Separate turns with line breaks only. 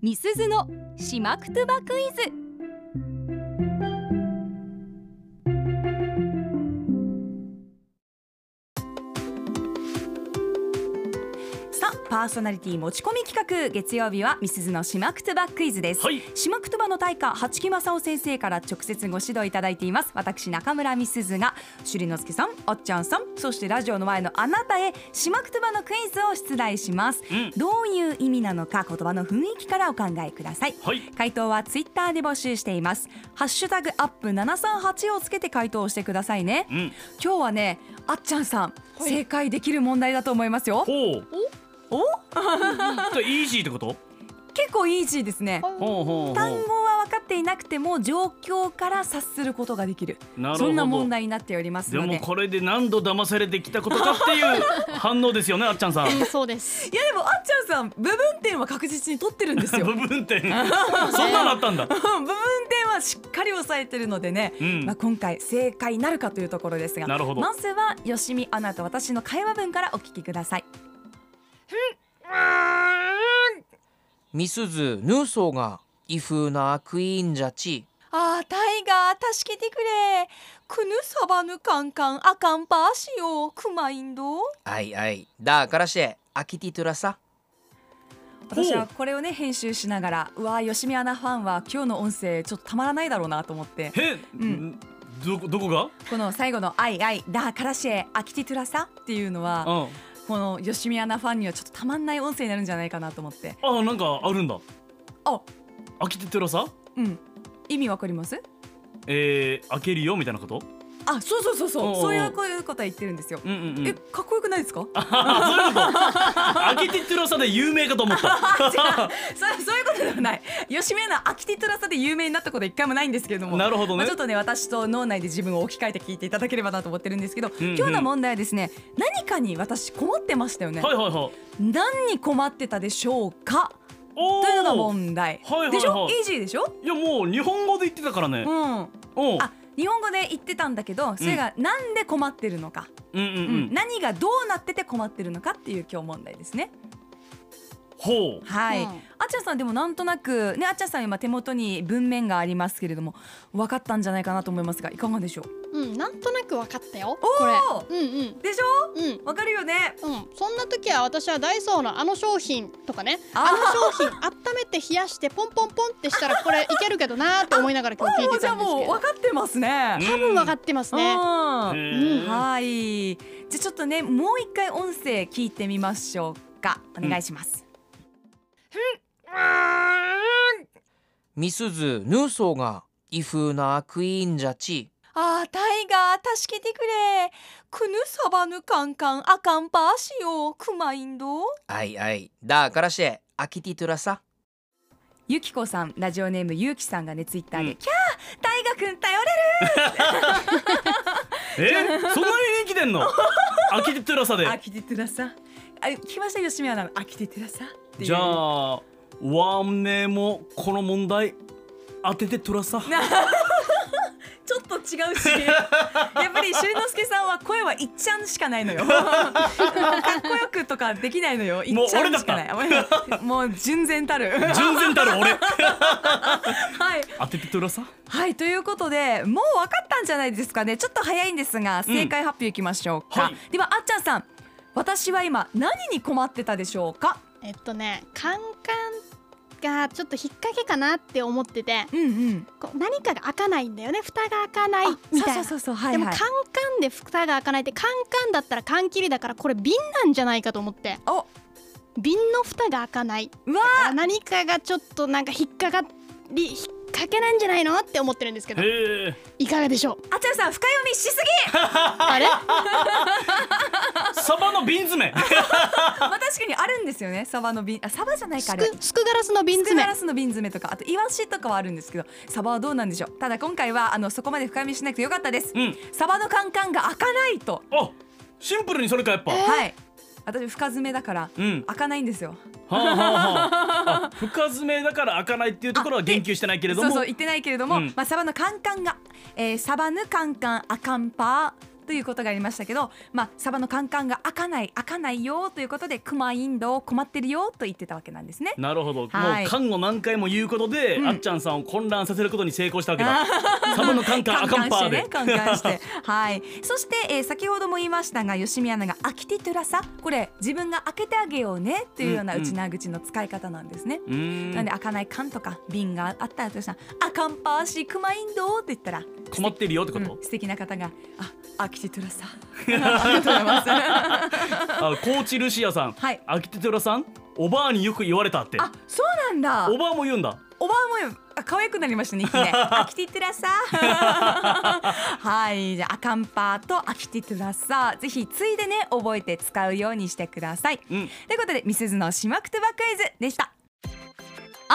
みすずのしまくとばクイズ
さあパーソナリティ持ち込み企画月曜日はみすずのしまくとばクイズです、
はい
しまくとばの大家八木正夫先生から直接ご指導いただいています私中村みすずが朱里之助さんおっちゃんさんそしてラジオの前のあなたへしまくとばのクイズを出題します、
うん
どういう意味なのか言葉の雰囲気からお考えください
はい
回答はツイッターで募集していますハッシュタグアップ738をつけて回答してくださいね、
うん
今日はねあっちゃんさん、正解できる問題だと思いますよ
ほう
お
じゃあイージーってこと
結構イージーですね
ほうほう
単
ほ
語は分かっていなくても状況から察することができる
うなるほど
そんな問題になっております
で
ので
もこれで何度騙されてきたことかっていう 反応ですよねあっちゃんさん
うんそうです。
いやでもあっちゃんさん部分点は確実に取ってるんですよ
部
うん
分点そんなのあったん だ
部分点はしっかり抑えてるのでね、
うん
まあ、今回正解なるかというところですが
なるほど
まずはよしみアナと私の会話文からお聞きください
ミスズヌーソーが異風なクイーンじゃち
ああタイガー助けてくれくぬさばぬかんかんあかんぱーしよくまいんど
あいあいだからしてアキティトラさ
私
ほ
は
う
これをね編集しながらうわーよしみアナファンは今日の音声ちょっとたまらないだろうなと思って
へ、
ん
どこどこが
この最後の「あいあいだからしえアキティトゥラサ」っていうのは
あ
この吉見アナファンにはちょっとたまんない音声になるんじゃないかなと思って
あなんかあるんだ
あ
飽きててらさ
うん意味わかります
えー、開けるよみたいなこと
あそうそうそうそ
おうお
う
う
そういうこういうことは言ってるんですよ、
うんうんうん
えかっこよくないですか
あそういうこと開けててらさで有名かと 思った
そうそういうことではない吉見アナアキティトゥラサで有名になったことは一回もないんですけれども
なるほど
まあ、
ね
ちょっとね私と脳内で自分を置き換えて聞いていただければなと思ってるんですけど、
んうん
今日の問題はですね何かに私困ってましたよね、
はいはいはい
何に困ってたでしょうか
おー
というのが問題、
はいはいはい
でしょイージーでしょ
いやもう日本語で言ってたからね
うん
おう
あ日本語で言ってたんだけどそれがなんで困ってるのか、
うんうんう、
うんん何がどうなってて困ってるのかっていう今日問題ですね
ほう
はい、
うん
あっちゃんさんでもなんとなくねあっちゃんさん今手元に文面がありますけれども分かったんじゃないかなと思いますがいかがでしょう
うん、なんとなく分かったよ。
お
これ。
ー
うんうん
でしょ
うん。
わかるよね
うん、そんな時は私はダイソーのあの商品とかね
あー
あの商品温めて冷やしてポンポンポンってしたらこれいけるけどなーって思いながら今日聞い
も
て
うじゃ
た
あ
んです
も
け
う分
ど
かってますね
多分分かってます
うん
へ
ねう
ー
ん
はいじゃあちょっとねもう一回音声聞いてみましょうかお願いします、
ミスズヌーソーが異風なクイーンじゃち
ああタイガー助けてくれくぬさばぬかんかんあかんぱーしよくまいんど
あいあいだからしてアキティトラさ
ゆきこさんラジオネームゆうきさんがねツイッターで、
うん
キャー大河くん頼れ
えそんなに人気 出んの開けててらさで
る飽きててらさあ聞きましたよ吉見アナの飽きててらさっていう
じゃあワンネもこの問題当ててとらさ
ちょっと違 うしやっぱりしゅりのすけさんは声はいっちゃんしかない のよかっこよくとかできないのよいっちゃんしかない もう純然たる
純然たる 俺
はい
当ててとらさ
はいということでもう分かったんじゃないですかねちょっと早いんですが正解発表いきましょうか、
はい
ではあっちゃんさん私は今何に困ってたでしょうか
えっとねカンカンがちょっと引っ掛けかなって思ってて
うんうん
こう何かが開かないんだよね蓋が開かないみたい
そう
な
そうそうそうは
で
い
も
は
カン
い
カンで蓋が開かないってカンカンだったら缶切りだからこれ瓶なんじゃないかと思って
お
瓶の蓋が開かないう
わ
あ何かがちょっとなんか引っかかり引っ掛けなんじゃないのって思ってるんですけど
へえ
いかがでしょう
あちゃんさん深読みしす ぎ
あれ
サバの瓶詰め
まあ確かにあるんですよねサバの瓶あサバじゃないか
す
あれ
くすくガラスの
ス
瓶
ク
詰
ガ
め
ラスの瓶詰めとかあとイワシとかはあるんですけどサバはどうなんでしょうただ今回はあのそこまで深読みしなくてよかったです、
うん
サバのカンカンが開かないと、
あシンプルにそれかやっぱ
はい私深爪だから、
うん
開かないんですよ
はあはあはああ深爪だから開かないっていうところは言及してないけれど
そう
も
そう言ってないけれども、
うん
まあ、サバのカンカンが、えーサバヌカンカンアカンパーということがありましたけど、まあ、サバのカンカンが開かない開かないよということでクマインドを困ってるよと言ってたわけなんですね。
なるほど、
はい
もう缶を何回も言うことで、
うん
あっちゃんさんを混乱させることに成功したわけだサバのカンカンアカンパーで
カンカンしてね、カンカンして。はい。そして、えー先ほども言いましたが、吉見アナが開けてトゥラサ、これ自分が開けてあげようねというような
うん
う
うん
ちな口の使い方なんですね。
うーん
なんで開かない缶とか瓶があったらとしたら、あかんぱーしクマインドーって言ったら、
困ってるよってこ
う
と
ん、素敵な方が、あ、開けてトゥラサ。ありがとうございます。
あコーチルシアさん、
はい
アキテトラさんおばあによく言われたって
あ、そうなんだ。
おばあも言うんだ
おばあもあ可愛くなりま したね。一気にねアキティトゥラサ。 はい、じゃあアカンパーとアキティトゥラサ、ぜひついでね覚えて使うようにしてください。
うん
ということで、ミスズのしまくとばクイズでした。ア